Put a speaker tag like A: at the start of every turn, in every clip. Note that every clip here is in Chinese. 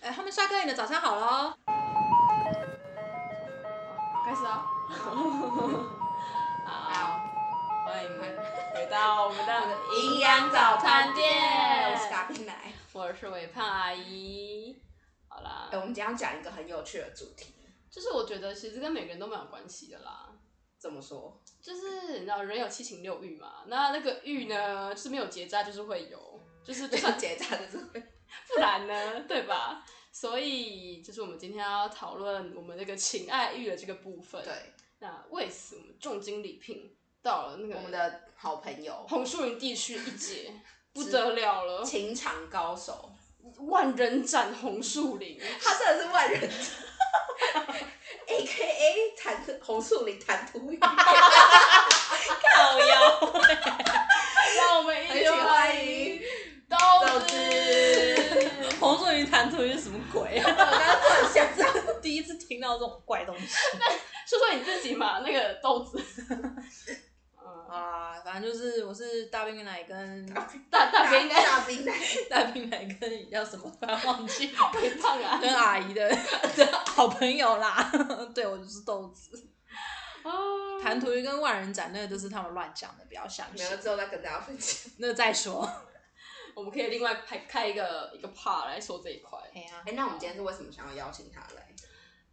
A: 哎帅哥，你的早餐好喽。
B: 开 始啊！
A: 哦好，
B: 好，
A: 欢迎
B: 回到我们的
A: 营养早餐店
B: 我是大冰奶。哎、
A: 我是微胖阿姨。好啦，
B: 我们今天要讲一个很有趣的主题，
A: 就是我觉得其实跟每个人都蛮有关系的啦。
B: 怎么说？
A: 就是你知道人有七情六欲嘛，那那个欲呢，就是没有结扎就是会有， 就是就
B: 就算
A: 算
B: 结扎的这会，
A: 不 然呢，对吧？所以就是我们今天要讨论我们那个情爱欲的这个部分。，
B: 对，
A: 那为此我们重金礼聘到了那个
B: 我们的好朋友，
A: 红树林地区一 姐，不得了了，
B: 情场高手，
A: 万人斩红树林，
B: 他真的是万人 ，A K A 弹红树林弹涂语，
A: 靠腰。让我们一起欢迎豆子。
C: 红树林弹涂是什么鬼 啊？
B: 我刚刚突然想到，
C: 第一次听到这种怪东西。
A: 说说你自己嘛，那个豆 子。嗯，
C: 啊，反正就是我是大兵奶跟
A: 大大肥奶
B: 大冰奶，
C: 大兵奶跟叫什么，突然忘记，
A: 肥胖啊。
C: 跟阿姨的 的好朋友啦。 对，我就是豆子。
A: 啊
C: 弹涂跟万人斩那个都是他们乱讲的，不要相
B: 没
C: 信
B: 有。之后再跟大家分享。
C: 那个再说。
A: 我们可以另外开开一个一个 part 来说这一块。
C: 哎呀
B: 哎、，那我们今天是为什么想要邀请他来？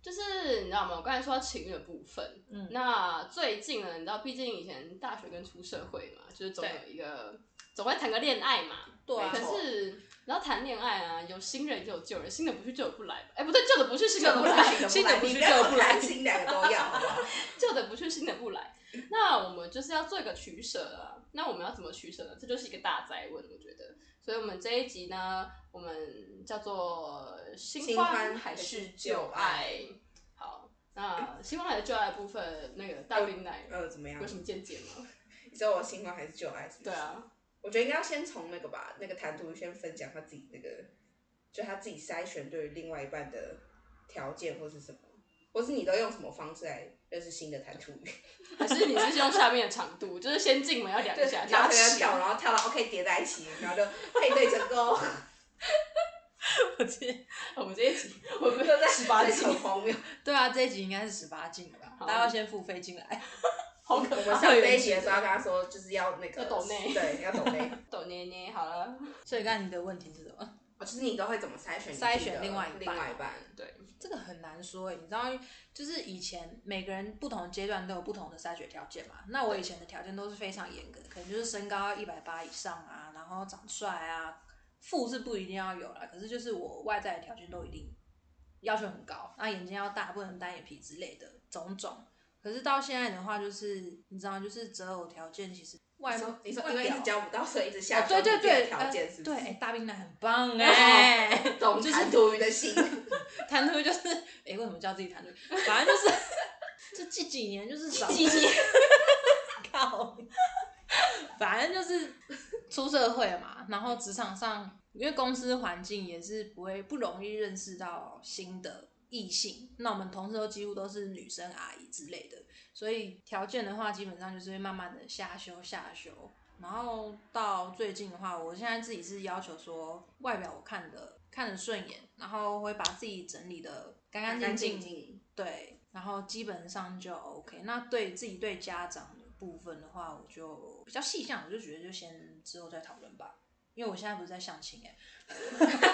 A: 就是你知道吗？我刚才说到情欲的部分，
C: 嗯
A: 那最近呢，你知道，毕竟以前大学跟出社会嘛，就是总有一个总会谈个恋爱嘛。
C: 对啊
A: 可
B: 没错
A: 是你要谈恋爱啊，有新人也有旧人，新的不去旧的不来吧。哎、不对，旧的不去新的不来，新的不
B: 你
A: 去
B: 不
A: 旧
B: 要
A: 的
B: 不
A: 不
B: 来，
A: 来，
B: 新两个都要，好不好？
A: 旧的不去新的不来。那我们就是要做一个取舍啊。那我们要怎么取舍呢？这就是一个大灾问，我觉得。所以我们这一集呢，我们叫做新
B: 新
A: 欢
B: 欢
A: 还是
B: 还是
A: 旧
B: 旧
A: 爱
B: 爱？
A: 好，那新欢还是旧爱的部分，那个大兵奶
B: 呃，怎么样
A: 有？什么 见解吗？
B: 你知道我新欢还是旧爱？是不是
A: 啊对，啊，
B: 我觉得应该要先从那个吧，那个谭图先分享他自己那个，就他自己筛选对于另外一半的条件或是什么，或是你都用什么方式来认识新的谭 图语？
A: 还是你是用下面的长度，就是先进门 要量一下，
B: 然
A: 拿
B: 后跳
A: 尺。
B: 跳，然后跳到 OK 叠在一起，然后就配对成 功，
C: 我这
A: 我们这一集， 我 们
B: 就在
C: 十八
B: 这
C: 禁
B: 很荒 谬。
C: 对啊，这一集应该是十八禁的吧？
A: 好
C: 大家要先付费进来。
A: 好
B: 我
A: 可
B: 们
A: 怕。
B: 上这一集的时候，跟他说就是要那个
A: 要抖内
B: 对，要抖内。
A: 抖捏捏好了，
C: 所以刚才你的问题是什么？
B: 哦，就是你都会怎么筛选你自己的
C: 筛选另外一半
B: 另外一半？
A: 对，
C: 这个很难说欸，你知道，就是以前每个人不同阶段都有不同的筛选条件嘛。那我以前的条件都是非常严格，可能就是身高一百八以上啊，然后长帅啊，富是不一定要有啦，可是就是我外在的条件都一定要求很高，那眼睛要大，不能单眼皮之类的种种。可是到现在的话，就是你知道，就是择偶条件其实外
B: 你
C: 貌
B: 说，你说
C: 外
B: 因为一
C: 表
B: 直交不到，所以一直下
C: 哦，对对对，
B: 条件是
C: 呃
B: 不
C: 对，
B: 是？
C: 哎，大冰奶很 棒哎、
B: 懂
C: 就是
B: 谈吐鱼的心。
C: 谈吐就是， 哎、为什么叫自己谈吐？反正就是， 这这几年就是找几年，靠，反正就是出社会嘛，然后职场上，因为公司环境也是不会不容易认识到新的异性，那我们同事都几乎都是女生阿姨之类的，所以条件的话，基本上就是会慢慢的下修下修。然后到最近的话，我现在自己是要求说，外表我看的看着顺眼，然后会把自己整理的干干净净，
B: 净，
C: 对，然后基本上就 OK。那对自己对家长的部分的话，我就比较细项，我就觉得就先之后再讨论吧。因为我现在不是在相亲哎、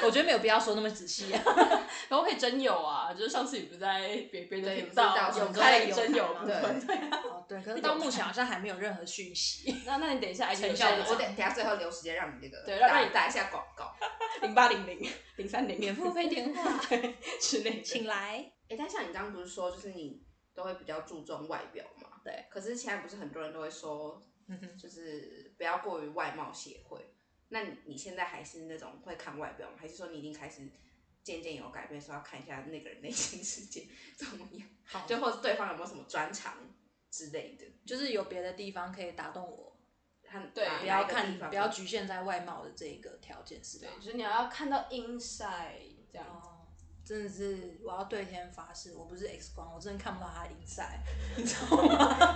C: 我觉得没有必要说那么仔细、啊。
A: 然后可以真有啊，就是上次你不是在别别的
B: 对
A: 频道
B: 不是
A: 有
B: 到
A: 开了
C: 有
A: 真有
C: 开
A: 部
C: 吗
A: 分，对啊。
C: 哦，对，可是到目前好像还没有任何讯息。
A: 那那你等一下，
C: 陈
A: 有
C: 小
A: 效
C: 姐
B: 我等等一下最后留时间让你那个
A: 对让
B: 打
A: 让你
B: 打一下广告。
A: 零八零零零三零
C: 免付费电话，
A: 之类的。
C: 请来。
B: 哎、但像你刚刚不是说，就是你都会比较注重外表嘛？
C: 对。
B: 可是现在不是很多人都会说，
C: 嗯哼
B: 就是不要过于外貌协会。那你你现在还是那种会看外表吗？还是说你已经开始渐渐有改变，说要看一下那个人内心世界 怎么样，
C: 好，
B: 就或是对方有没有什么专长之类的？
C: 就是有别的地方可以打动我，
B: 他
A: 对
B: 哪
C: 不要
B: 哪一个
C: 看
B: 地，方
C: 不要局限在外貌的这一个条件是
A: 对
C: 吧，？
A: 就是你要看到 inside 这样。
C: 哦，真的是我要对天发誓，我不是 X 光，我真的看不到他的啊 inside，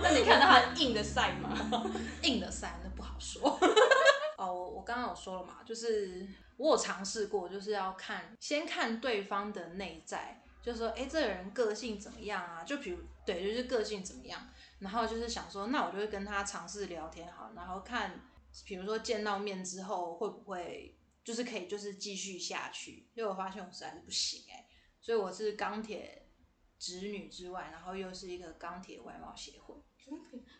A: 那你看到他硬的 side 吗？
C: 硬的 side 那不好说。哦，我我刚刚有说了嘛，就是我有尝试过，就是要看先看对方的内在，就是说，哎，这个人个性怎么样啊？就比如，对，就是个性怎么样。然后就是想说，那我就会跟他尝试聊天好，然后看，比如说见到面之后会不会就是可以就是继续下去？因为我发现我实在是不行哎、所以我是钢铁直女之外，然后又是一个钢铁外貌协会。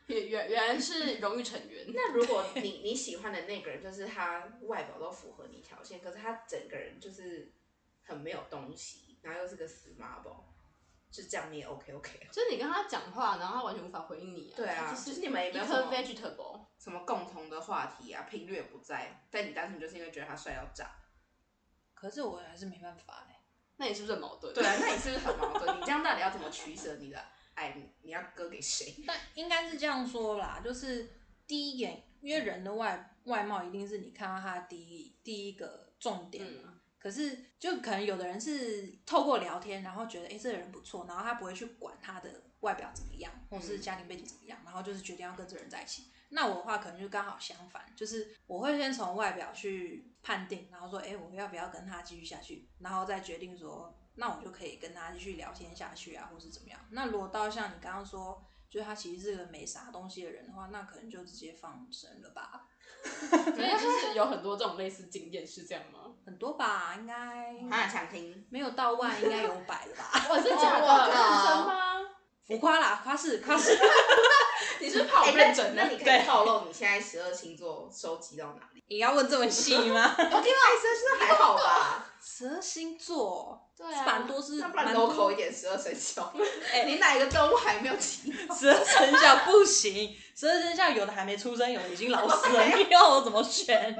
A: 也原原来是荣誉成员，
B: 那如果你你喜欢的那个人，就是他外表都符合你条件，可是他整个人就是很没有东西，然后又是个死 marble，就这样你也 OK OK。
A: 就是你跟他讲话，然后他完全无法回应你、啊。
B: 对啊
A: 他
B: 就
A: 就是
B: 是你们也
A: 一
B: 没有
A: 颗
B: 什么
A: vegetable。
B: 什么共同的话题啊，频率也不在，但你单纯就是因为觉得他帅到炸。
C: 可是我还是没办法哎、
A: 那你是不是很矛盾？
B: 对啊，那你是不是很矛盾？你这样到底要怎么取舍你的爱？你你要割给谁？
C: 但应该是这样说啦，就是第一眼，因为人的外外貌一定是你看到他的第一第一个重点嘛。可是，就可能有的人是透过聊天，然后觉得哎、诶这个人不错，然后他不会去管他的外表怎么样，或是家庭背景怎么样，然后就是决定要跟这个人在一起。那我的话可能就刚好相反，就是我会先从外表去判定，然后说哎、诶我要不要跟他继续下去，然后再决定说那我就可以跟他继续聊天下去啊，或是怎么样。那如果到像你刚刚说，就是他其实是个没啥东西的人的话，那可能就直接放生了吧，
A: 所以就是有很多这种类似经验，是这样吗？
C: 很多吧，应该
B: 他想听，
C: 没有到万，应该有百了吧。
A: 哦我是假的，
B: 哇
A: 认真 吗？
C: 浮夸啦，夸饰夸饰。
A: 你是不是怕我
B: 哎
A: 不
B: 那
A: 认真呢
B: 那？你可以透露你现在十二星座收集到哪里？
C: 你要问这么细 吗？
B: 我听到十二星座还好吧，
C: 十二星座
A: 对啊
C: 蛮多是
B: 那不然
C: 蛮
B: local
C: 多
B: 一点十二生 肖。
C: 哎
B: 你哪一个动物还没有集？
C: 十二生肖不行，十二生肖有的还没出生，有的已经老死了，你要我怎么选？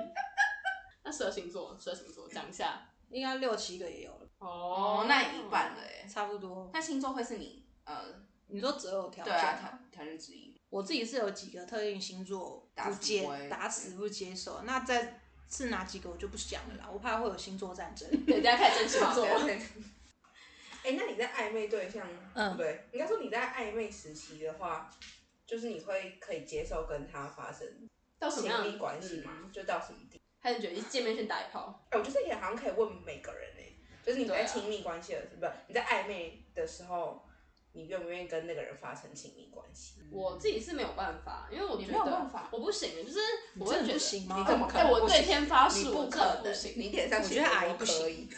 A: 那蛇星座，蛇星座讲一下。
C: 应该六七个也有了，
A: 哦
B: 那也一半 了。哎。
C: 差不多。
B: 那星座会是你呃，
C: 你说择偶条
B: 对
C: 件
B: 啊，
C: 吗
B: 条？条件之一。
C: 我自己是有几个特定星座
B: 打
C: 不
B: 死
C: 接
B: 不会
C: 打死不接受，那再是哪几个我就不讲了啦，我怕会有星座战争。
A: 人家开始真星
B: 好
A: 座，
B: 对啊对对哎、那你在暧昧对象，
C: 嗯
B: 不对，应该说你在暧昧时期的话，就是你会可以接受跟他发生
A: 到什么样
B: 亲密
A: 的
B: 关系吗？？就到什么地？
A: 还是觉得一见面先打一炮？
B: 哎、我觉得这点好像可以问每个人哎、就是你
A: 对
B: 在
A: 啊
B: 亲密关系的时候，不、你在暧昧的时候，你愿不愿意跟那个人发生亲密关系？
A: 我自己是没有办法，因为我觉
B: 你没有
A: 得
B: 办法
A: 我不行，欸就是我会觉
C: 真的不
A: 得
C: 行吗
B: 你怎么可能
A: 哎我
B: 不行
A: 对天发
B: 你
A: 誓，我
B: 不
A: 真
B: 可
A: 的不
B: 能
A: 行，
B: 你脸上
C: 我
B: 写
C: 觉得
B: 着
C: 阿姨
B: 我
C: 不
B: 可
C: 行
B: 以，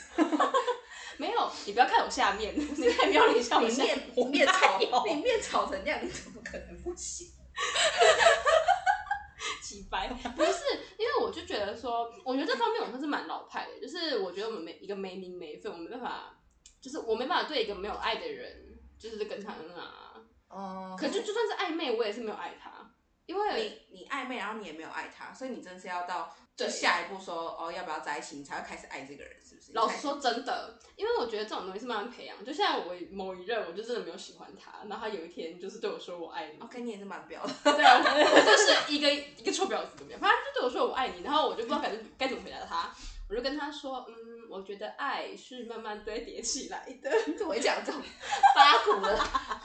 A: 没有，你不要看我下面， 你太瞄了一下我
B: 你
A: 下面。
B: 面你面
C: 哪
B: 吵，
C: 有
B: 你面吵成这样，你怎么可能不行？
A: 几白，不是，因为我就觉得说，我觉得这方面我算是蛮老派的，就是我觉得我们没一个没名没分，我没办法，就是我没办法对一个没有爱的人，就是跟他啊，
C: 哦
A: 可就就算是暧昧，我也是没有爱他，因为
B: 你你暧昧，然后你也没有爱他，所以你真的是要到
A: 对
B: 就下一步说哦要不要在一起，你才会开始爱这个人，是不是？
A: 老实说真的，因为我觉得这种东西是慢慢培养，就像我某一任，我就真的没有喜欢他，然后他有一天就是对我说我爱你
B: 你才，，OK，你也哦是蛮彪的。
A: 对啊，我就是一个一个臭婊子怎么样？反正他就对我说我爱你，然后我就不知道该怎该怎么回答他，我就跟他说，嗯，我觉得爱是慢慢堆叠起来的。
B: 你怎么会讲这种八股的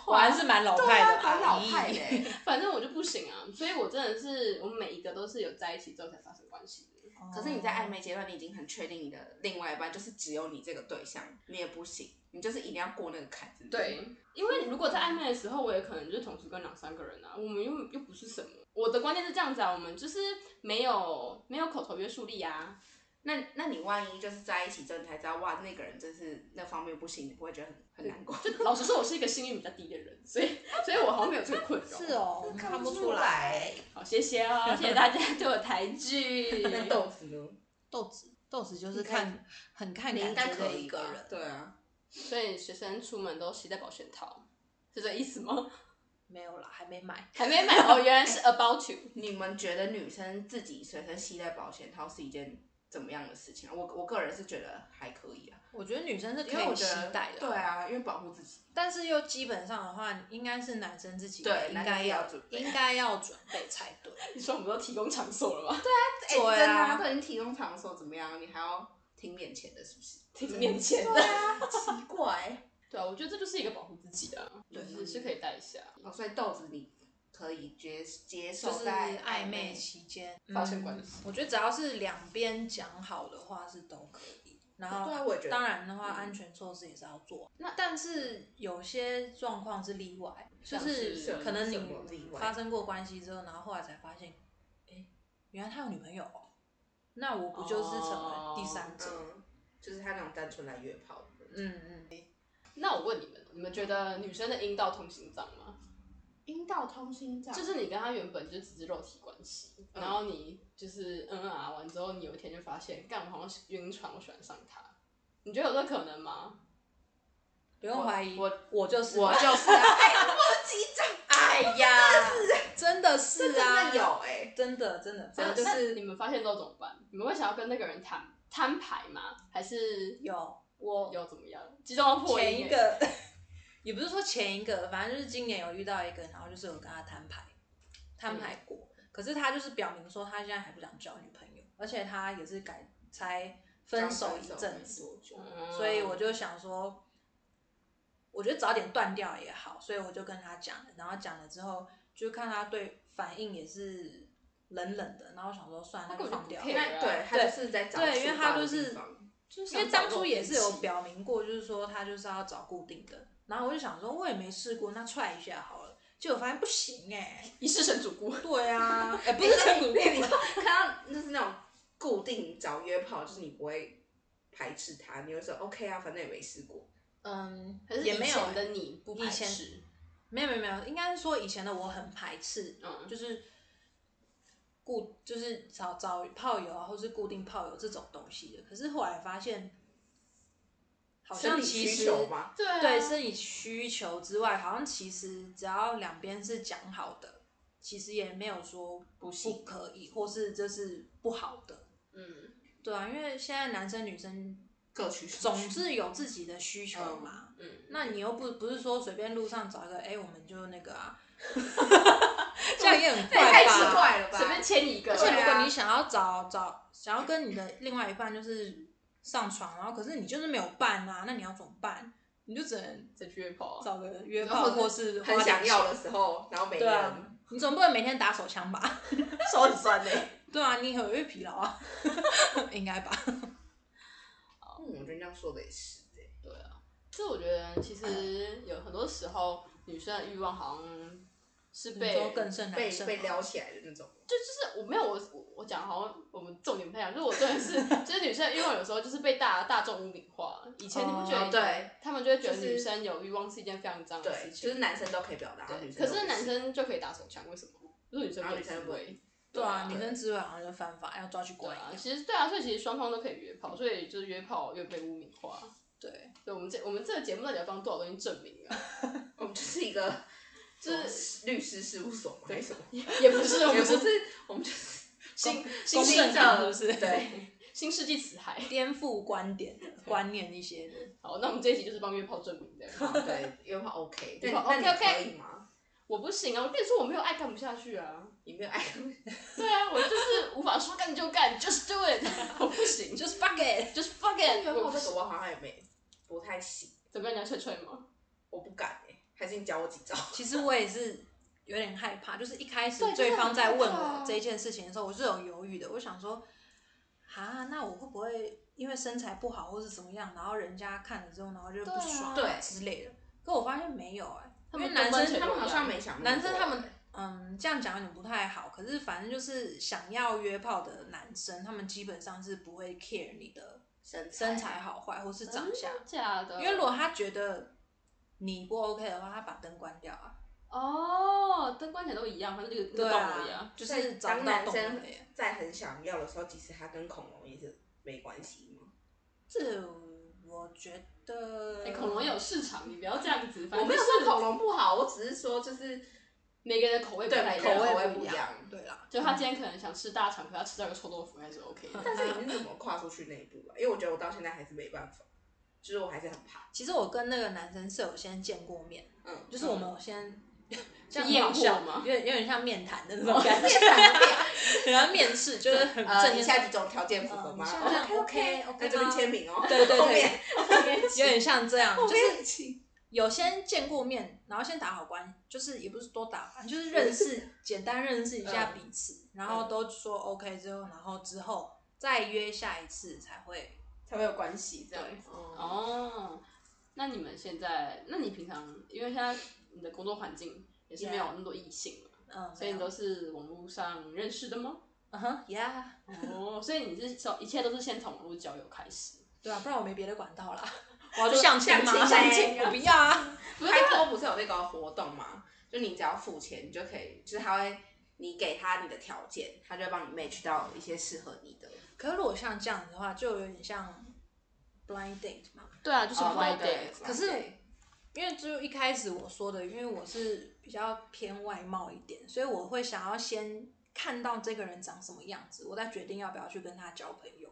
C: 果
B: 话
C: 然？是蛮老
B: 对
C: 派
B: 啊
C: 的，，哎
B: 蛮老
C: 阿
B: 派
C: 姨
B: 的。欸。
A: 反正我就不行啊，所以我真的是我们每一个都是有在一起之后才发生关系的。
B: 可是你在暧昧阶段，你已经很确定你的另外一半就是只有你这个对象，你也不行，你就是一定要过那个坎，是不是？
A: 对，因为如果在暧昧的时候，我也可能就同时跟两三个人啊，我们又又不是什么。我的观念是这样子啊，我们就是没有没有口头约束力啊，
B: 那那你万一就是在一起之后，你才知道哇，那个人真是那方面不行，你不会觉得很很难过？
A: 就老实说，我是一个幸运比较低的人，所以所以我好像没有这个困扰。
C: 是，哦，我们看不出来
B: 来。。
A: 好谢谢哦，谢谢大家对我抬 举。
B: 那豆子呢？
C: 豆子，豆子就是
B: 你可以
C: 看很看
B: 你
C: 感
B: 应该
C: 觉
B: 可
C: 的
B: 以
C: 一个
B: 吧
C: 人，？
B: 对啊。
A: 所以学生出门都携带保险套，是这意思吗？
C: 没有啦，还没买。
A: 还没买哦，原来 是 about to。
B: 你们觉得女生自己随身携带保险套是一件怎么样的事情啊？我我个人是觉得还可以啊，
C: 我觉得女生是
B: 因
C: 可
B: 为我
C: 以
B: 觉
C: 期
B: 得
C: 待的，
B: 对。啊，因为保护自己。
C: 但是又基本上的话，应该是男生自己
B: 对
C: 应
B: 男生
C: 该
B: 自己要
C: 要
B: 准备
C: 应该要准备才对。
A: 你说我们都提供场所了吗？
B: 哎
C: 对啊
B: 真的啊，都已经提供场所怎么样？你还要听面前的，是不 是？
A: 挺 面前的。
B: 啊，奇怪、
A: 对啊，我觉得这就是一个保护自己的啊、
B: 对
A: 就是是可以带一下。
B: 哦，所以豆子你可以接接
C: 就
B: 受
C: 是
B: 在
C: 暧昧期间
A: 发生关系
C: 嗯我觉得只要是两边讲好的话是都可以。然后，
B: 对啊我也觉得
C: 当然的话，
B: 嗯
C: 安全措施也是要做。那但是有些状况是例外，就
A: 像是
C: 是可能
B: 什么例
C: 你
B: 外
C: 发生过关系之后，然后后来才发现，哎，原来他有女朋友哦、那我不就是成为第三者？
B: 嗯，就是他那种单纯来约炮的，
C: 嗯嗯
A: 那我问你们，你们觉得女生的阴道通心脏吗？
B: 阴道通心脏
A: 就是你跟他原本就只是肉体关系，
B: 嗯
A: 然后你就是嗯啊完之后，你有一天就发现，干我好像晕船，我喜欢上他。你觉得有这可能吗？
C: 不用
A: 我
C: 怀疑，
A: 我
C: 我就是
A: 我
C: 就是啊！
B: 击掌，
C: 哎呀，真的是啊，
B: 真的有哎，
C: 真的真的，反
A: 啊那
C: 正就
A: 那
C: 是
A: 你们发现之后怎么办？你们会想要跟那个人摊摊牌吗？还是
C: 有我
A: 有怎么样？激动到破音欸
C: 前一个 也不是说前一个，反正就是今年有遇到一个，然后就是有跟他摊牌，摊牌过，可是他就是表明说他现在还不想交女朋友，而且他也是改才分手一阵子，
B: 多久？
A: 嗯
C: 所以我就想说，我觉得早点断掉也好，所以我就跟他讲了，然后讲了之后，就看他对反应也是冷冷的，然后想说算了，
A: 他
C: 那
A: 根本
C: 就
A: 就
C: 放
A: 不
C: 掉
A: care 啊
C: 吧。
B: 那对啊他就是在找
C: 对因为他
B: 出发的
C: 就是
B: 地方
A: 就是
C: 因
A: 想
C: 为当
A: 找
C: 初
A: 肉
C: 也
A: 体
C: 是有
A: 器
C: 表明过，就是说他就是要找固定的，然后我就想说我也没试过，那踹一下好了，结果发现不行哎、
A: 一世神主顾，
C: 对啊，哎、 不
B: 不
C: 是
B: 是
C: 成
B: 成
C: 骨
B: 骨
C: 骨，
B: 你说看到就是那种固定找约炮，就是你不会排斥他，你会说 OK 啊，反正也没试过。
C: 嗯
A: 还，是
C: 也
A: 以
C: 没有、
A: 前的你不排
C: 以前
A: 斥，
C: 没有没有没有，应该是说以前的我很排斥，
A: 嗯
C: 就是固就是找找炮友啊，或是固定炮友这种东西的。可是后来发现，好像
B: 生理
C: 其
B: 需
C: 实
B: 求吗？
A: 对啊
C: 对生理需求之外，好像其实只要两边是讲好的，其实也没有说
A: 不
C: 不
A: 行，
C: 可以，或是这是不好的。
A: 嗯
C: 对啊，因为现在男生女生
B: 各取所
C: 总
B: 需
C: 是有自己的需求嘛。
A: 嗯，
C: 那你又不不是说随便路上找一个，哎、我们就那个 啊，这样也很怪吧？
B: 太奇怪了吧？
A: 随便牵一个，
C: 而且
B: 对
C: 如
B: 啊
C: 果你想要找找想要跟你的另外一半就是上床，然后可是你就是没有伴啊，那你要怎么办？你就只能
A: 再去约炮啊，
C: 找个约炮，或是
B: 很
C: 花
B: 想
C: 点
B: 要
C: 钱
B: 的时候，然后没
C: 对啊
B: 人，，
C: 你总不能每天打手枪吧？
B: 手很酸嘞。
C: 对啊，你很会疲劳 啊，应该吧？
B: 嗯，我觉得你这样说的也是欸
A: 对啊，所以我觉得其实有很多时候女生的欲望好像是
C: 你
A: 被
C: 说更胜男
B: 被
C: 生
B: 被
C: 吗
B: 撩起来的那种。
A: 就就是我没有我我我讲好像我们重点不太一样，就是我真的 是就是女生的欲望有时候就是被大大众污名化，以前你不觉得、
B: 哦
C: 啊
B: 对，
A: 他们就会觉得
B: 就是
A: 女生有欲望是一件非常脏的
B: 对，
A: 事
B: 就
A: 情，
B: 是男生都可以表达，
A: 对
B: 女，生
A: 可
B: 都
A: 是
B: 不
A: 男生就可以打手枪，为什么？就是女生
B: 然后
A: 可以
B: 女生
A: 自
B: 不
A: 慰，
C: 对啊，
A: 对
C: 女生自慰好像就犯法，要抓去
A: 对
C: 关
A: 啊
C: 一，样。
A: 其实对啊，所以其实双方都可以约炮，所以就是约炮越被污名化。
C: 对，
A: 对，我们这我们这个节目到底要帮多少东西证明 啊？
B: 我们就是一个
A: 就是
B: 是律师事务所嘛，还是什么？
A: 也也不 是，我
B: 也
A: 们
B: 不
A: 是
B: 是，我们就是
A: 新新
C: 公
A: 世
C: 正
A: 纪
C: 堂是不是？，
B: 对，
A: 新世纪死海。
C: 颠覆观点的、观念一些的。
A: 好，那我们这一集就是帮约炮证明的。
B: 好对，约炮 OK，那
A: 约炮
B: 你那你
A: OK，OK
B: 可以吗？
A: 我不行啊，我跟你说我没有爱干不下去啊。
B: 你没有爱，
A: 对啊，我就是无法说干就干，just do it，我 不行
C: 就是 fuck it，
A: ，just fuck
B: 约
A: it，
B: 炮
A: 我
B: 这个我好像也没不太行，
A: 怎么样？你要吹吹吗？
B: 我不敢哎，还是你教我几招？
C: 其实我也是有点害怕，就是一开始
A: 对就是
C: 对方在
A: 很
C: 问
A: 害
C: 我
A: 怕啊
C: 这一件事情的时候，我是有犹豫的。我想说，啊，那我会不会因为身材不好或是怎么样，然后人家看了之后，然后就不爽
B: 对啊
C: 之类的？可我发现没有哎、
A: 他
C: 因
A: 们
C: 为男
A: 根
C: 生
A: 本就
B: 他们好像没想那么
C: 男
B: 多，
C: 生他们嗯，这样讲有点不太好，可是反正就是想要约炮的男生，他们基本上是不会 care 你的
B: 身
C: 身材好坏或是长相，
A: 真的假的？
C: 因为如果他觉得你不 OK 的话，他把灯关掉啊。
A: 哦，灯关起来都一样，反正就就
C: 对
A: 动而已
C: 啊
A: 啊，。
C: 就是找
B: 当
C: 不到
B: 男
C: 动
B: 生
C: 的耶。
B: 在很想要的时候，其实他跟恐龙也是没关系嘛。
C: 这我觉得，
A: 哎，恐龙有市场，你不要这样子。反
B: 啊我
A: 正
B: 没有
A: 就是
B: 说恐龙不好，我只是说就是
A: 每个人的口味不
B: 对
A: 太一
B: 口
A: 样，
B: 味
C: 不
B: 不一样嗯
C: 对啦，
A: 就他今天可能想吃大肠，可他吃到一个臭豆腐还是 OK 的。
B: 但是你是怎么跨出去那一步吧？啊因为我觉得我到现在还是没办法，就是我还是很怕。
C: 其实我跟那个男生是有先见过面，
B: 嗯，
C: 就是我们有先这样
A: 验
C: 很好
A: 货
C: 笑
A: 吗
C: 有点有点像面谈的那种感觉，然后面试就是很
B: 呃，
C: 正
B: 以
C: 经
B: 下
C: 说，
B: 几种条件符合吗哦
C: 嗯像这样
B: OK
C: OK，OK
B: 那这边签名哦。
C: 对对
B: 后面
C: 对，有点像这样，
B: 后
C: 就是
B: 面请
C: 有先见过面，然后先打好关，就是也不是多打，反正就是认识，简单认识一下彼此，然后都说 OK 之后，然后之后再约下一次才会。
D: 才会有关系这样
A: 对
D: 子。
C: 嗯
B: 哦，
A: 哦，那你们现在，那你平常因为现在你的工作环境也是没有那么多异性嘛
C: 嗯，
A: 所以你
C: 没有
A: 都是网络上认识的吗？
C: 嗯哼，Yeah，
B: 嗯
A: 哦，所以你是从一切都是先从网络交友开始，
C: 对啊，不然我没别的管道啦，我要去相亲嘛，
B: 相亲
C: 相亲我不要啊。
A: 不是
B: 开拓不是有那个活动吗？就你只要付钱，你就可以，就是他会，你给他你的条件，他就会帮你 match 到一些适合你的。
C: 可是如果像这样子的话，就有点像 blind date 嘛。
A: 对啊，就是
B: 哦
A: blind
B: 对对
A: date，
B: 对
C: 可是因为就一开始我说的，因为我是比较偏外貌一点，所以我会想要先看到这个人长什么样子，我再决定要不要去跟他交朋友。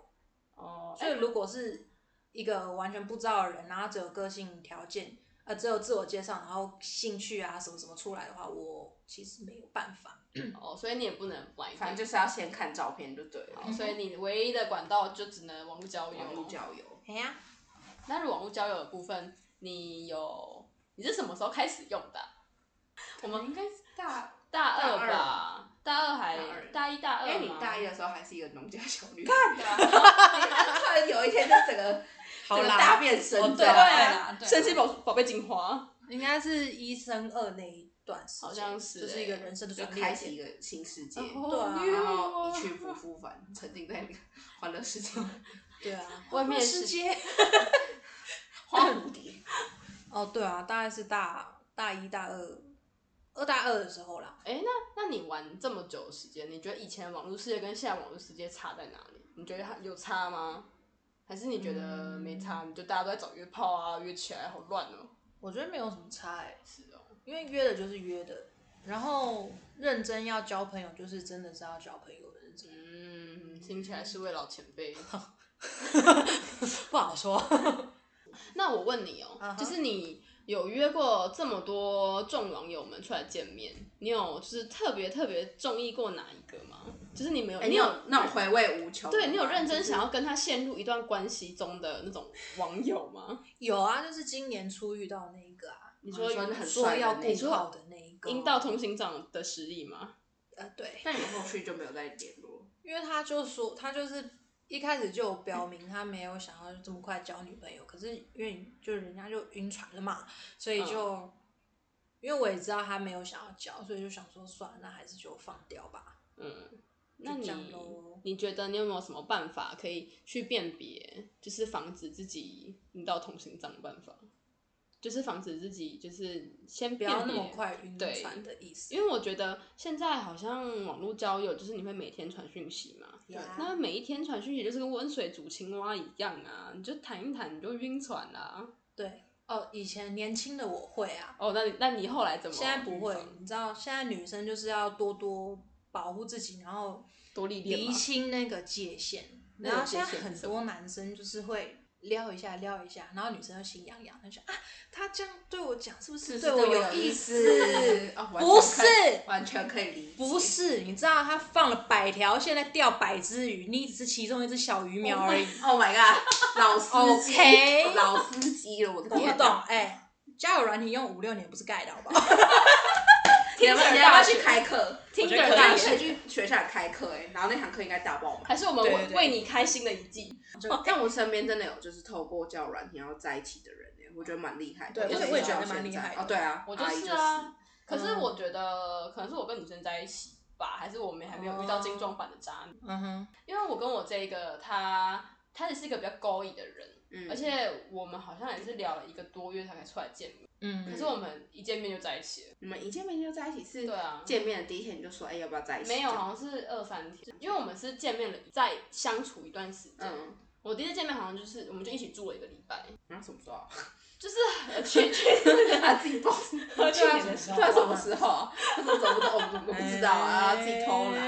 A: 哦，
C: 所以如果是一个完全不知道的人，然后只有个性条件，呃，只有自我介绍，然后兴趣啊什么什么出来的话，我其实没有办法。
A: 哦，所以你也不能 blind，
B: 反正就是要先看照片就对了
A: 好，，嗯所以你唯一的管道就只能网络交友。
B: 网络交友。
C: 哎呀，
A: 那如果网络交友的部分，你有你是什么时候开始用的啊、我们应该是
B: 大，大
A: 大二
B: 二
A: 吧，大二还
B: 大二
A: 大一大
B: 因为
A: 二
B: 你
A: 吗啊
B: 大一的时候还是一个农家小女，看突然有一天就整个
C: 好
B: 整
C: 啦
B: 个大变身，
C: 哦
B: 你知
A: 对
B: 道吗
C: 啊对啊
A: 神奇宝宝贝精华，
C: 应该是一升二那一段时间，
A: 好像是
C: 就是
A: 欸
C: 一个人生的
B: 就
C: 转
B: 开
C: 捩
B: 启一
C: 点。
B: 个新世界，
A: 对
C: 啊
B: 然后一去不复返，沉浸在那个欢乐世界，
C: 对啊，
A: 外面
C: 世
A: 是
C: 界。
B: 花蝴蝶。
C: 哦，对啊，大概是大大一大二，二大二的时候啦。
A: 哎、那那你玩这么久的时间，你觉得以前网络世界跟现在网络世界差在哪里？你觉得它有差吗？还是你觉得没差？你就大家都在找约炮啊，约起来好乱哦、
C: 我觉得没有什么差哎、
A: 是哦、
C: 因为约的就是约的，然后认真要交朋友，就是真的是要交朋友的那种，
A: 嗯，听起来是位老前辈。
C: 不好说。
A: 那我问你哦、
C: 嗯哼
A: 就是你有约过这么多众网友们出来见面，你有就是特别特别中意过哪一个吗？就是你没有，
B: 哎、你有那种回味无穷，
A: 对你有认真
B: 就是
A: 想要跟他陷入一段关系中的那种网友 吗？
C: 有啊，就是今年初遇到那一个啊，
A: 你
B: 说很
C: 说
B: 帅的
C: 要
B: 那
C: 顾
B: 种
C: 好的那一个，
A: 阴道通行长的实力吗？
C: 呃对，
B: 但你后续就没有再联络，
C: 因为他就说他就是一开始就有表明他没有想要这么快交女朋友，可是因为就是人家就晕船了嘛，所以就、因为我也知道他没有想要交，所以就想说算了，那还是就放掉吧。
A: 嗯，那
C: 就
A: 你
C: 这样咯
A: 你觉得你有没有什么办法可以去辨别，就是防止自己阴道通行长的办法？就是防止自己，就是先
C: 不要
A: 辨
C: 那么
A: 别
C: 快晕
A: 对
C: 船的意思。
A: 因为我觉得现在好像网络交友，就是你会每天传讯息嘛，
C: 对啊
A: 那每一天传讯息就是跟温水煮青蛙一样啊，你就谈一谈你就晕船啦、
C: 对哦，以前年轻的我会啊，
A: 哦，那你那你后来怎么？
C: 现在不会。你知道，现在女生就是要多多保护自己，然后
A: 多历练
C: 厘
A: 嘛
C: 清那个界限。
A: 那
C: 然后
A: 有界
C: 现在
A: 限是
C: 很
A: 什
C: 多男生就是会撩一下撩一下，然后女生就心痒痒，她就啊，他这样对我讲是不
B: 是
C: 是
B: 不是
C: 对我
B: 对我有
C: 意
B: 意思
C: 思？
B: 哦完
C: 不
B: 全
C: 是
B: 可以，完全可以理解。
C: 不是，你知道他放了百条线在钓百只鱼，你只是其中一只小鱼苗而已。
B: ，Oh my god，老司机
C: OK
B: 老司机了，我的
C: 懂不
B: 天
C: 懂
B: 哪！？
C: 哎，交友软体用五六年不是盖的好不好？
B: 你要不要你要不要去开课？
A: 听
C: 觉得
A: 着
C: 可以
A: 大
B: 你
A: 学，
B: 可以去学校开课哎、然后那堂课应该大 爆满。
A: 还是我们
C: 对
A: 为
C: 对
A: 为你开心的一季。
B: 哦但我身边真的有就是透过交友软体然后在一起的人哎、我觉得蛮厉害的。
C: 对
B: 就
C: 我
B: 是
C: 也
B: 一直
C: 觉得
B: 到现
C: 蛮厉
B: 在
C: 害的
B: 哦，对啊，
A: 我就
B: 阿姨嗯
A: 是啊，可是我觉得可能是我跟女生在一起吧，还是我们还没有遇到精装版的渣女。
C: 嗯哼，
A: 因为我跟我这个他，他也是一个比较勾引的人，
B: 嗯，
A: 而且我们好像也是聊了一个多月才才出来见面，可
C: 嗯，
A: 是我们一见面就在一起了。
B: 你们一见面就在一起是？
A: 对啊
B: 见面的第一天你就说哎、要不要在一起？
A: 没有，
B: 这样
A: 好像是二三天，因为我们是见面了，在相处一段时间。
B: 嗯，
A: 我第一次见面好像就是我们就一起住了一个礼拜，
B: 然后什么时候啊？
A: 就是呃去去
B: 他自己报。
C: 去年的时候
B: 对啊，什么时候啊？他说怎么怎么我不知道啊，自己偷来。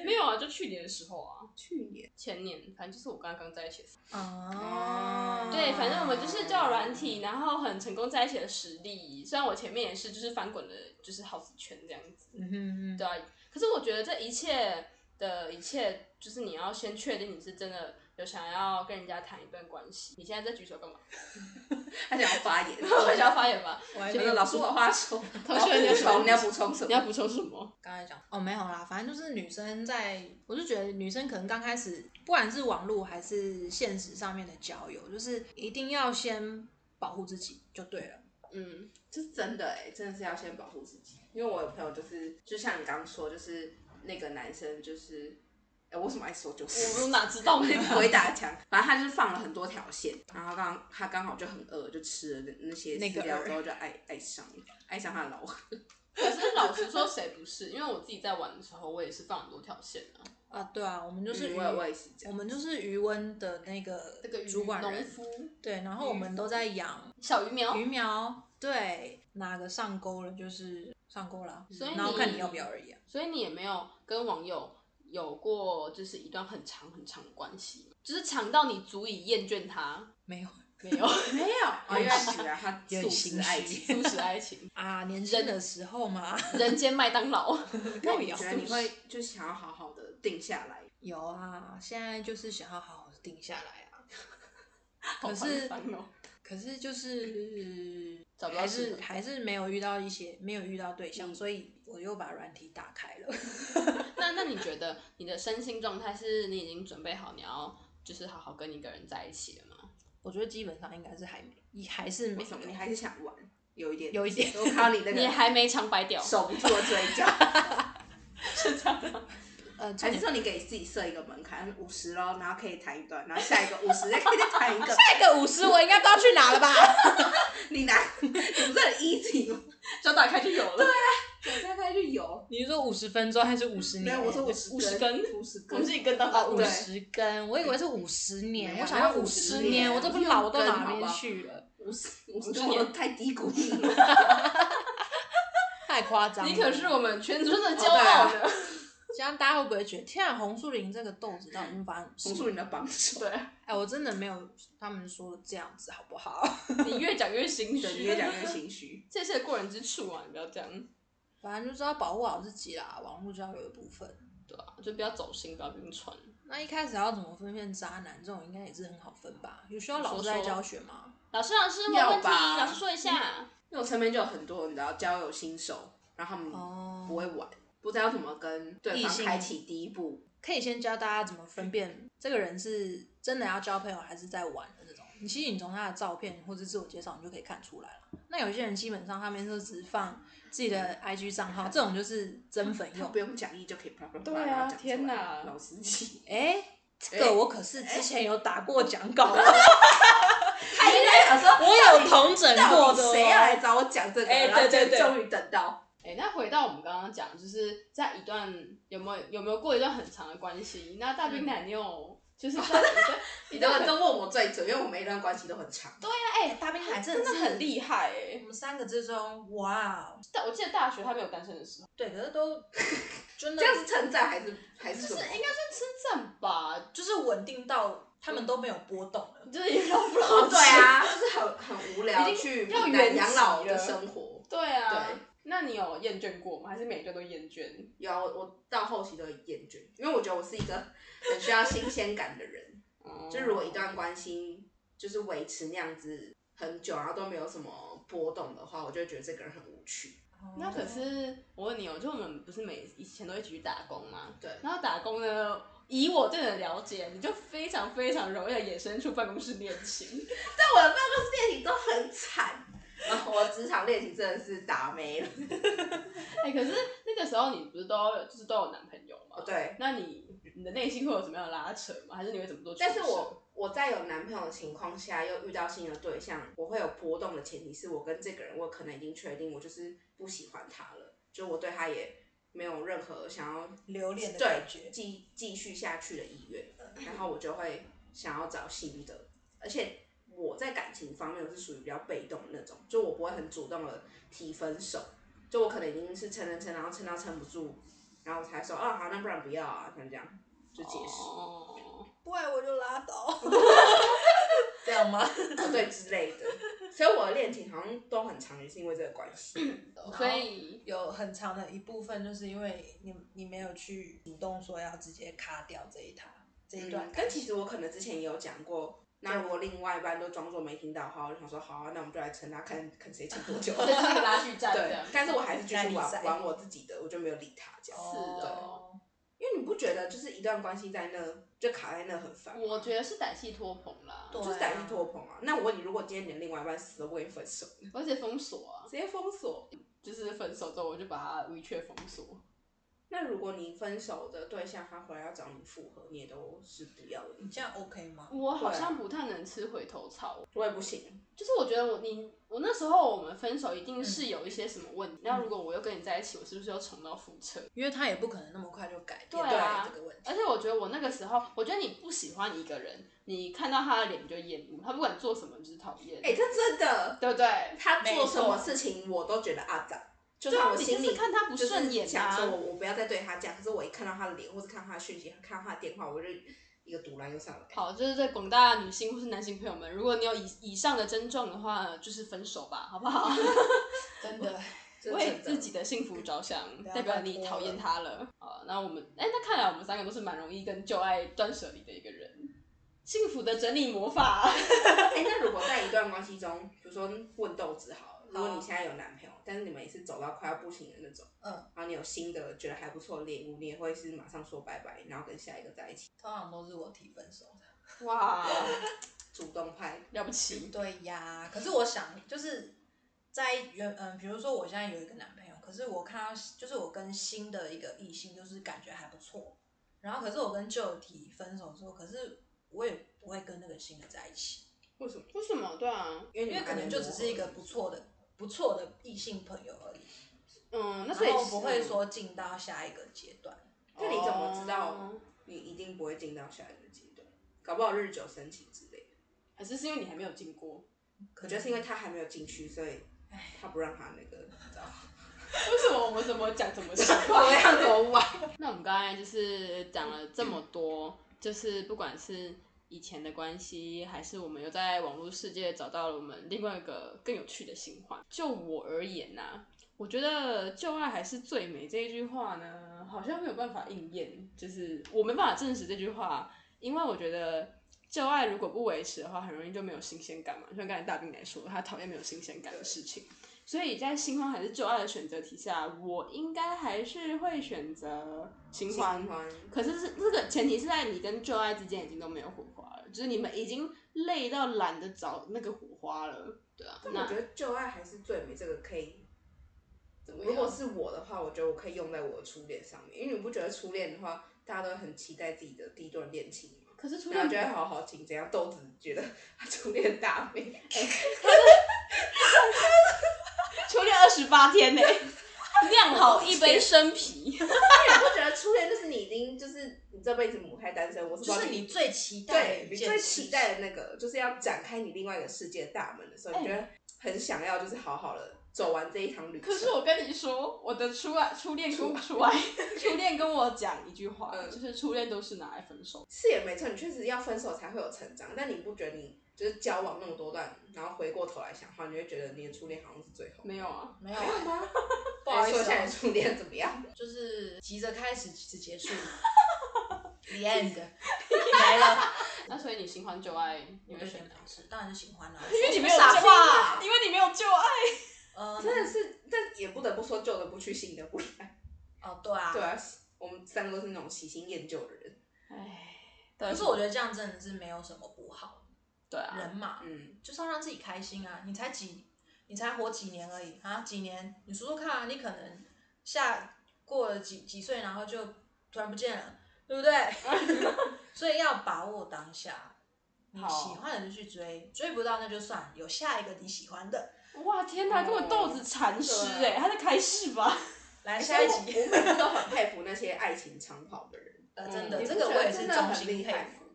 A: 没有啊，就去年的时候啊，
B: 去年
A: 前年反正就是我刚刚在一起的时候。
B: 哦
C: 嗯啊
A: 对，反正我们就是叫软体，然后很成功在一起的实力。虽然我前面也是，就是翻滚了，就是好几圈这样子，
C: 嗯哼
A: 对啊。可是我觉得这一切的一切，就是你要先确定你是真的有想要跟人家谈一段关系，你现在在举手 干嘛？
B: 他想要发言，嗯
A: 我 想要发言吧。
C: 我还
B: 觉
C: 没
B: 得
C: 有
B: 老师我话说，
A: 同学你要什么
B: 你要补充什
A: 你要
B: 么？
A: 补充什么？
C: 刚才讲哦，没有啦，反正就是女生在，我就觉得女生可能刚开始，不管是网络还是现实上面的交友，就是一定要先保护自己就对了。
A: 嗯，
B: 这是真的哎、真的是要先保护自己，因为我有朋友就是，就像你刚刚说，就是那个男生就是，哎、我为什么爱说就是？
A: 我哪知 道你？
B: 鬼打墙， 反正他就是放了很多条线，然后刚他刚好就很饿，就吃了那那些
C: 那个
B: 饲料
C: 饵
B: 之后就爱爱上了，爱上他的老婆。
A: 可是老实说，谁不是？因为我自己在玩的时候，我也是放很多条线啊。
C: 啊，对啊，我们就是
B: 嗯
C: 余、
B: 我也我也是这
C: 我
B: 样，
C: 们就是余温的那个
A: 这个鱼
C: 主管
A: 农
C: 人，嗯
A: 夫
C: 对，然后我们都在养
A: 小鱼
B: 哦
A: 苗，
C: 鱼苗，对，哪个上钩了就是上钩了啊，
A: 所以
C: 然后看你要不要而已、啊。
A: 所以你也没有跟网友有过就是一段很长很长的关系，就是长到你足以厌倦他，
C: 没有
A: 没有
B: 没有，哦，原来是 啊，他素
C: 有点
B: 食
C: 心
B: 爱
C: 虚
B: 情。
A: 素食爱情，
C: 啊，年轻的时候嘛，
A: 人间麦当劳。
B: 那你
C: 有
B: 觉得你会就想要好好的定下来？
C: 有啊，现在就是想要好好地定下 来啊。
A: 好
C: 可是
A: 烦哦
C: 可是就是
A: 找不到
C: 还
A: 适合
C: 是
A: 的
C: 还是没有遇到一些没有遇到对象，
A: 嗯
C: 所以我又把软体打开了。
A: 那那你觉得你的身心状态是你已经准备好你要就是好好跟一个人在一起了吗？
C: 我觉得基本上应该是还没，还是没
B: 为什么你还是想玩？有一点，
C: 有一点
B: 我看到你那
A: 你
B: 个
A: 还没长白屌，
B: 守不住的嘴角，
A: 是这样吗？
C: 呃，重
B: 还是
C: 点
B: 说你给自己设一个门槛，五十喽，然后可以谈一段，然后下一个五十再可以再谈一个，
C: 那个五十我应该不知道去哪 了吧？
B: 你拿，你不是很 easy 吗？啊
A: 就打开就有了。对，
B: 我大概就有，
C: 你是说五十分钟还是五十
B: 没
C: 年？
B: 有，我说
A: 五
B: 十
A: 十根
B: 五十
A: 我
B: 根
A: 们，是一根当
C: 啊，
A: 到
C: 五
A: 对。
C: 十根，我以为是五十年，
B: 没有
C: 我想要
B: 没有
C: 五
B: 50
C: 十
B: 年
C: 年，我这不
B: 六
C: 老到
B: 根
C: 哪
B: 好不
C: 边
B: 好
C: 去了？
B: 五十五
A: 五
B: 十
A: 十
B: 我
A: 年
B: 都太低估你 了。
C: 太夸张了！
A: 你可是我们全村的
B: 哦
A: 骄傲
B: 对
A: 的，
C: 这样大家会不会觉得，天啊，红树林这个豆子到底是发生什
B: 红
C: 么事？
B: 树林的帮手，
A: 对
C: 哎，我真的没有他们说的这样子，好不 好？
A: 你越讲越心
B: 对，
A: 虚，
B: 你越讲越心虚。
A: 这是过人之处啊！你不要这样，
C: 反正就是要保护好自己啦，网络交友的部分。
A: 对啊，就不要走心，不要晕船。
C: 那一开始要怎么分辨渣男这种，应该也是很好分吧？有需要老师来教学吗？
A: 老师，老师，我有
B: 要
A: 问题，
B: 吧
A: 老师说一下。
B: 因为我身边就有很多你知道交友新手，然后他们不
C: 哦，
B: 会玩，不知道怎么跟对
C: 异
B: 方
C: 性
B: 开启第一步。
C: 可以先教大家怎么分辨这个人是真的要交朋友还是在玩的那种。你其实你从他的照片或者自我介绍，你就可以看出来了。那有些人基本上他们就只放自己的 IG 账号，这种就是真粉
B: 他
C: 用
B: 不。用讲义就可以啪啪啪，
A: 对啊
B: 然后讲出来
A: 天哪
B: 老司 机，
C: 哎、这个我可是之前有打过讲稿 的，
B: 他应该想说，
C: 我有同整过
B: 到
C: 的
B: 底
C: 哦。
B: 谁要来找我讲这个？
C: 哎
B: 然后
C: 对对
B: 就
C: 对
B: 终于等到，
A: 哎、那回到我们刚刚讲，就是在一段有没有有没有过一段很长的关系？那大兵男你有就是
B: 嗯
A: 在一段
B: 你
A: 一
B: 都
A: 段
B: 都问我最准，因为我每一段关系都很长。
C: 哎、大兵海
A: 真的很
C: 害。
A: 厉害哎、
C: 我们三个之中，哇哦，
A: 但我记得大学他没有单身的时候，
C: 对，可是都真 的
B: 这样是称赞还是还是
A: 就是
B: 什么？
A: 应该算称赞吧，
C: 就是稳定到他们都没有波动了。
A: 就是也老不
B: 哦
A: 老
B: 对啊，就是很很无聊，
A: 已经
B: 去
A: 要
B: 南
A: 原
B: 养老
A: 籍
B: 的
A: 了
B: 生活。
A: 对啊。
B: 对
A: 那你有厌倦过吗？还是每一段都厌倦？
B: 有啊，我我到后期都很厌倦，因为我觉得我是一个很需要新鲜感的人。
A: 嗯
B: 就是如果一段关系就是维持那样子很久，然后都没有什么波动的话，我就会觉得这个人很无趣。
A: 那可是我问你哦，就我们不是每以前都一起去打工吗？
B: 对
A: 然后打工呢，以我对你的了解，你就非常非常容易的衍生出办公室恋情。
B: 但我的办公室恋情都很 惨，啊，我职场恋情真的是打没了。
A: 哎、可是那个时候你不是都有就是都有男朋友吗？
B: 哦，。对，
A: 那你你的内心会有什么样的拉扯吗？还是你会怎么做取舍？哦
B: 但是我我在有男朋友的情况下，又遇到新的对象，我会有波动的前提是我跟这个人，我可能已经确定我就是不喜欢他了，就我对他也没有任何想要
C: 留恋的
B: 对
C: 感觉，嗯
B: 继继续下去的意愿，然后我就会想要找新的，而且我在感情方面我是属于比较被动的那种，就我不会很主动的提分手，就我可能已经是撑撑撑，然后撑到撑不住，然后我才说哦好，那不然不要啊，像这样就结束，
A: 哦，
C: 不爱我就拉 倒，这样吗？
B: 对之类的。所以我的恋情好像都很长，也是因为这个关系。
C: 嗯
A: 所以
C: 有很长的一部分就是因为你你没有去主动说要直接卡掉这一塔，这一段
B: 嗯
C: 感
B: 但
C: 情。
B: 其实我可能之前也有讲过，那如果另外一半都装作没听到的话，我就想说好、啊，那我们就来撑他，看看谁撑多久。
A: 这是一个拉锯战这
B: 对
A: 样，，
B: 但是我还是继
C: 那
B: 续
C: 你在
B: 玩玩我自己的，我就没有理他这样。
A: 是哦
B: 因为你不觉得就是一段关系在那就卡在那很烦吗？
A: 我觉得是歹戏拖棚啦，
C: 对
B: 就是歹戏拖棚啊。那我问你，如果今天你的另外一半死都不跟你分手，
A: 而且封锁啊，
B: 直接封锁，
A: 就是分手之后我就把他 WeChat 封锁，
B: 那如果你分手的对象他回来要找你复合，你也都是不要的，
C: 你这样 OK 吗？
A: 我好像不太能吃回头草，
B: 我也不行。
A: 就是我觉得我你我那时候我们分手一定是有一些什么问题，那、如果我又跟你在一起，我是不是又重蹈覆辙？
C: 因为他也不可能那么快就改变
A: 对啊
C: 这个问题
A: 而。且我觉得我那个时候，我觉得你不喜欢一个人，你看到他的脸你就厌恶，他不管做什么你就是讨厌，
B: 哎、这真的，
A: 对不对？
B: 他
C: 没
B: 做
C: 错
B: 什么事情我都觉得阿杂，就
A: 对
B: 算
A: 啊
B: 我
A: 你就
B: 心里
A: 是看他不
B: 就是
A: 顺眼
B: 想
A: 啊
B: 说我我不要再对他这样，可是我一看到他的脸，或是看到他的讯息，看到他的电话，我就一个毒男又上来。
A: 好，就是对广大女性或是男性朋友们，如果你有以以上的症状的话，呃就是分手 吧，好不好？
C: 真的，
B: 这是
A: 为
B: 真的
A: 自己的幸福着想，
C: 不要
A: 代表
C: 再
A: 你
C: 拖
A: 讨厌
C: 了
A: 他了。好，那我们哎、那看来我们三个都是蛮容易跟旧爱断舍离的一个人。幸福的整理魔法，
B: 哎、那如果在一段关系中，比如说问豆子好了，如果
C: 好
B: 你现在有男朋友，但是你们也是走到快要不行的那种，
C: 嗯
B: 然后你有新的觉得还不错的猎物，你也会是马上说拜拜，然后跟下一个在一起，
C: 通常都是我提分手的。
A: 哇，
B: 主动派。
A: 了不起！
C: 对呀，可是我想就是在原嗯，比如说我现在有一个男朋友，可是我看到就是我跟新的一个异性，就是感觉还不错，然后可是我跟旧的提分手之后，可是我也不会跟那个新的在一起，
B: 为什么？
A: 为什么？对啊，
B: 因为
C: 因
B: 你
C: 为
B: 们
C: 可能就只是一个不错的不错的异性朋友而已，
A: 嗯，那
C: 然
A: 所以
C: 后不会，说进到下一个阶段。
B: 那你怎么知道
A: 哦
B: 你一定不会进到下一个阶段？搞不好日久生情之类的。
A: 还是是因为你还没有进过？
C: 可
B: 我觉得
C: 能
B: 是因为他还没有进去，所以
C: 唉
B: 他不让他那个，你知道吗？
A: 为什么我们怎么讲怎么奇怪？
B: 样多晚？
A: 那我们刚才就是讲了这么多，就是不管是以前的关系，还是我们又在网络世界找到了我们另外一个更有趣的新欢。就我而言呐、我觉得“旧爱还是最美”这一句话呢，好像没有办法应验，就是我没办法证实这句话，因为我觉得。旧爱如果不维持的话，很容易就没有新鲜感嘛。就像刚才大兵来说，他讨厌没有新鲜感的事情。所以在新欢还是旧爱的选择题下，我应该还是会选择新欢。可是是这个前提是在你跟旧爱之间已经都没有火花了，就是你们已经累到懒得找那个火花了，对啊。
B: 但我
A: 那
B: 觉得旧爱还是最美，这个可以。
A: 怎么样
B: 如果是我的话，我觉得我可以用在我的初恋上面，因为你不觉得初恋的话，大家都很期待自己的第一段恋情吗？
A: 可是初
B: 然
A: 恋
B: 后就会好好情，怎样豆子觉得他初恋大美，
A: 初恋二十八天呢、 酿好一杯生啤，
B: 但你不觉得初恋就是你已经就是你这辈子母胎单身，我是不
C: 就
B: 知道
C: 是你最期待的
B: 对
C: 一
B: 你
C: 件
B: 最
C: 事
B: 期待的那个，就是要展开你另外一个世界大门的时候，你觉得很想要，就是好好的走完这一场旅程。
A: 可是我跟你说，我的初爱、初恋跟初爱、 初恋跟我讲一句话，
B: 嗯
A: 就是初恋都是拿来分手。
B: 是也没错，你确实要分手才会有成长，但你不觉得你就是交往那么多段，然后回过头来想的话，你会觉得你的初恋好像是最后。
A: 没有啊，
C: 没有
B: 没有吗？ 哎
C: 不好意
B: 说一
C: 思
B: 下你
C: 哦，
B: 初恋怎么样？
C: 就是急着开始，急着结束，the end，没了。
A: 那所以你新欢旧爱，你会选哪？
C: 哪是？当然是喜欢啦、
A: 因为你没有
C: 傻
A: 旧
C: 话
A: 爱，因为你没有旧爱。
C: 呃，
B: 真的是，但也不得不说，旧的不去，新的不 来。
C: 哦，对啊，
B: 对啊，我们三个都是那种喜新厌旧的人。
A: 唉，
C: 可
A: 可
C: 是我觉得这样真的是没有什么不好，
A: 对啊，
C: 人嘛，
B: 嗯，
C: 就是要让自己开心啊。你才几，你才活几年而已啊，几年？你说说看啊，你可能下过了几几岁，然后就突然不见了，对 不对？所以要把握当下。你
A: 好
C: 喜欢的就去追，追不到那就算，有下一个你喜欢的，
A: 哇天哪，跟我豆子禅师哎、他在开示吧？
C: 来
B: 所
C: 下
B: 以
C: 一
B: 我
C: 集。
B: 我每次都很佩服那些爱情长跑的人，
C: 呃，真的，
A: 嗯
C: 这个我也是
B: 真的
C: 衷
B: 很
C: 心
B: 厉
C: 佩
B: 害
C: 服。。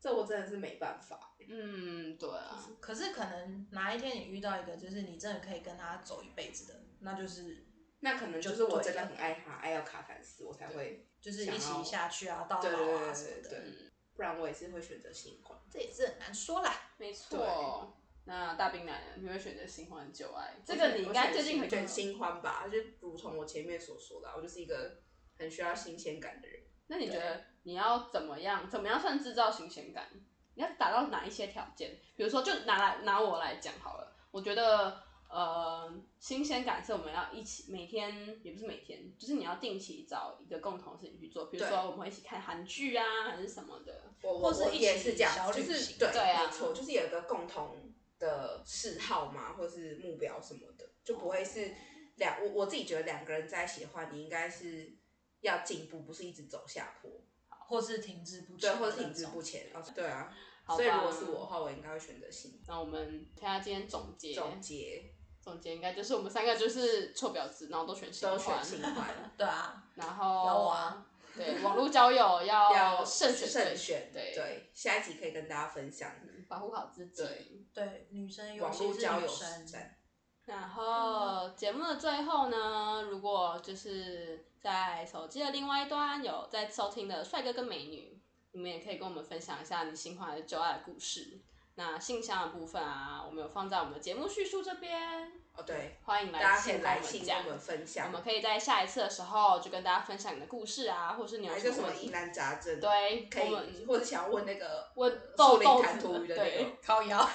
B: 这我真的是没办法。
A: 嗯，对啊，
C: 可是可能哪一天你遇到一个，就是你真的可以跟他走一辈子的，那就是
B: 那可能就是我真的很爱他，爱到卡坦斯，我才会，
C: 就是
B: 想
C: 一起
B: 要
C: 下去啊，到老
B: 对对
C: 啊什
B: 对对
C: 么的，
B: 对，不然我也是会选择新欢。
C: 这也是很难说啦。
A: 没
B: 对。
A: 那大兵来了，你会选择新欢旧爱？这
B: 这
A: 个
B: 个
A: 你
B: 你
A: 应
B: 应
A: 该
B: 该
A: 最
B: 最
A: 近
B: 近
A: 很
B: 很很新欢吧？就如同我前面所说的啊，我就是一个很需要新鲜感的人。
A: 那你觉得你要怎么样，怎么样算制造新鲜感？你要达到哪一些条件？比如说，就拿来拿我来讲好了，我觉得呃，新鲜感是我们要一起每天，也不是每天，就是你要定期找一个共同的事情去做，比如
B: 对
A: 说我们会一起看韩剧啊，还是什么的。
B: 我我
C: 或是
B: 我
C: 一
B: 也
C: 起
B: 是这样
C: 小，
B: 就
C: 旅
B: 是
C: 行
B: 对，
A: 对啊
B: 没错，就是有一个共同的嗜好嘛，或是目标什么的，就不会是两我我自己觉得两个人在一起的话，你应该是要进步，不是一直走下坡，
C: 或是停滞不前
B: 对，
C: 的
B: 或
C: 那种，
B: 者停滞不前。哦对啊，
A: 好吧
B: 所以如果是我的话，我应该会选择性
A: 那我们看下今天总结，
B: 总结，
A: 总结应该就是我们三个就是臭婊子，然后都选新
B: 都
A: 欢
B: 选，新欢，
C: 对啊，
A: 然
C: 有
A: 后
C: 啊
A: 对网络交友要
B: 要
A: 哦慎选
B: 慎
A: 对
B: 选，
A: 对，嗯
B: 对，下一集可以跟大家分享
A: 保护好自己。
B: 对
C: 对，女生尤
B: 网
C: 其
B: 络
C: 是
B: 交
C: 女
B: 友
C: 生
B: 实，战，
A: 然后节目的最后呢，如果就是在手机的另外一端有在收听的帅哥跟美女，你们也可以跟我们分享一下你新欢的旧爱的故事。那信箱的部分啊，我们有放在我们的节目叙述这边，
B: 哦对，
A: 欢迎
B: 大
A: 来
B: 家可以
A: 信跟
B: 来
A: 我们
B: 信跟
A: 讲
B: 我。们分
A: 我
B: 享
A: 们，可以在下一次的时候就跟大家分享你的故事啊，或是你有
B: 还是
A: 什
B: 哎什
A: 么
B: 么
A: 问
B: 疑
A: 题。
B: 难杂症，
A: 对，
B: 可
A: 我们
B: 以，或者想要问那个呃
A: 问
B: 树
A: 豆豆
B: 林谈
A: 子
B: 图
A: 的，
B: 鱼的那
A: 对
B: 个，
C: 靠腰，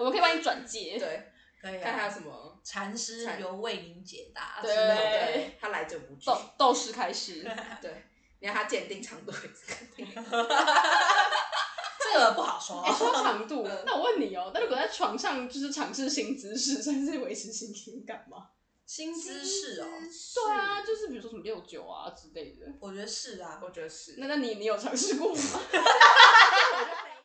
A: 我们可以帮你转介。
B: 对，
C: 可以
B: 看他有
C: 啊。
B: 什么，
C: 禅师
B: 禅
C: 由为您解答之
A: 对
C: 类的。
B: 对，他来者不拒
A: 斗，斗士开始，
B: 对，你让他鉴定长度也是
C: 这个不好说啊
A: 哎、。说到长 度
B: 嗯，
A: 那我问你哦，那如果在床上就是尝试新姿势， 算是维持新鲜感吗？
C: 新姿势哦，
A: 对啊，就是比如说什么六九啊之类的。
C: 我觉得是啊。
B: 我觉得是，
A: 那那你你有尝试过吗？
B: 我觉得没有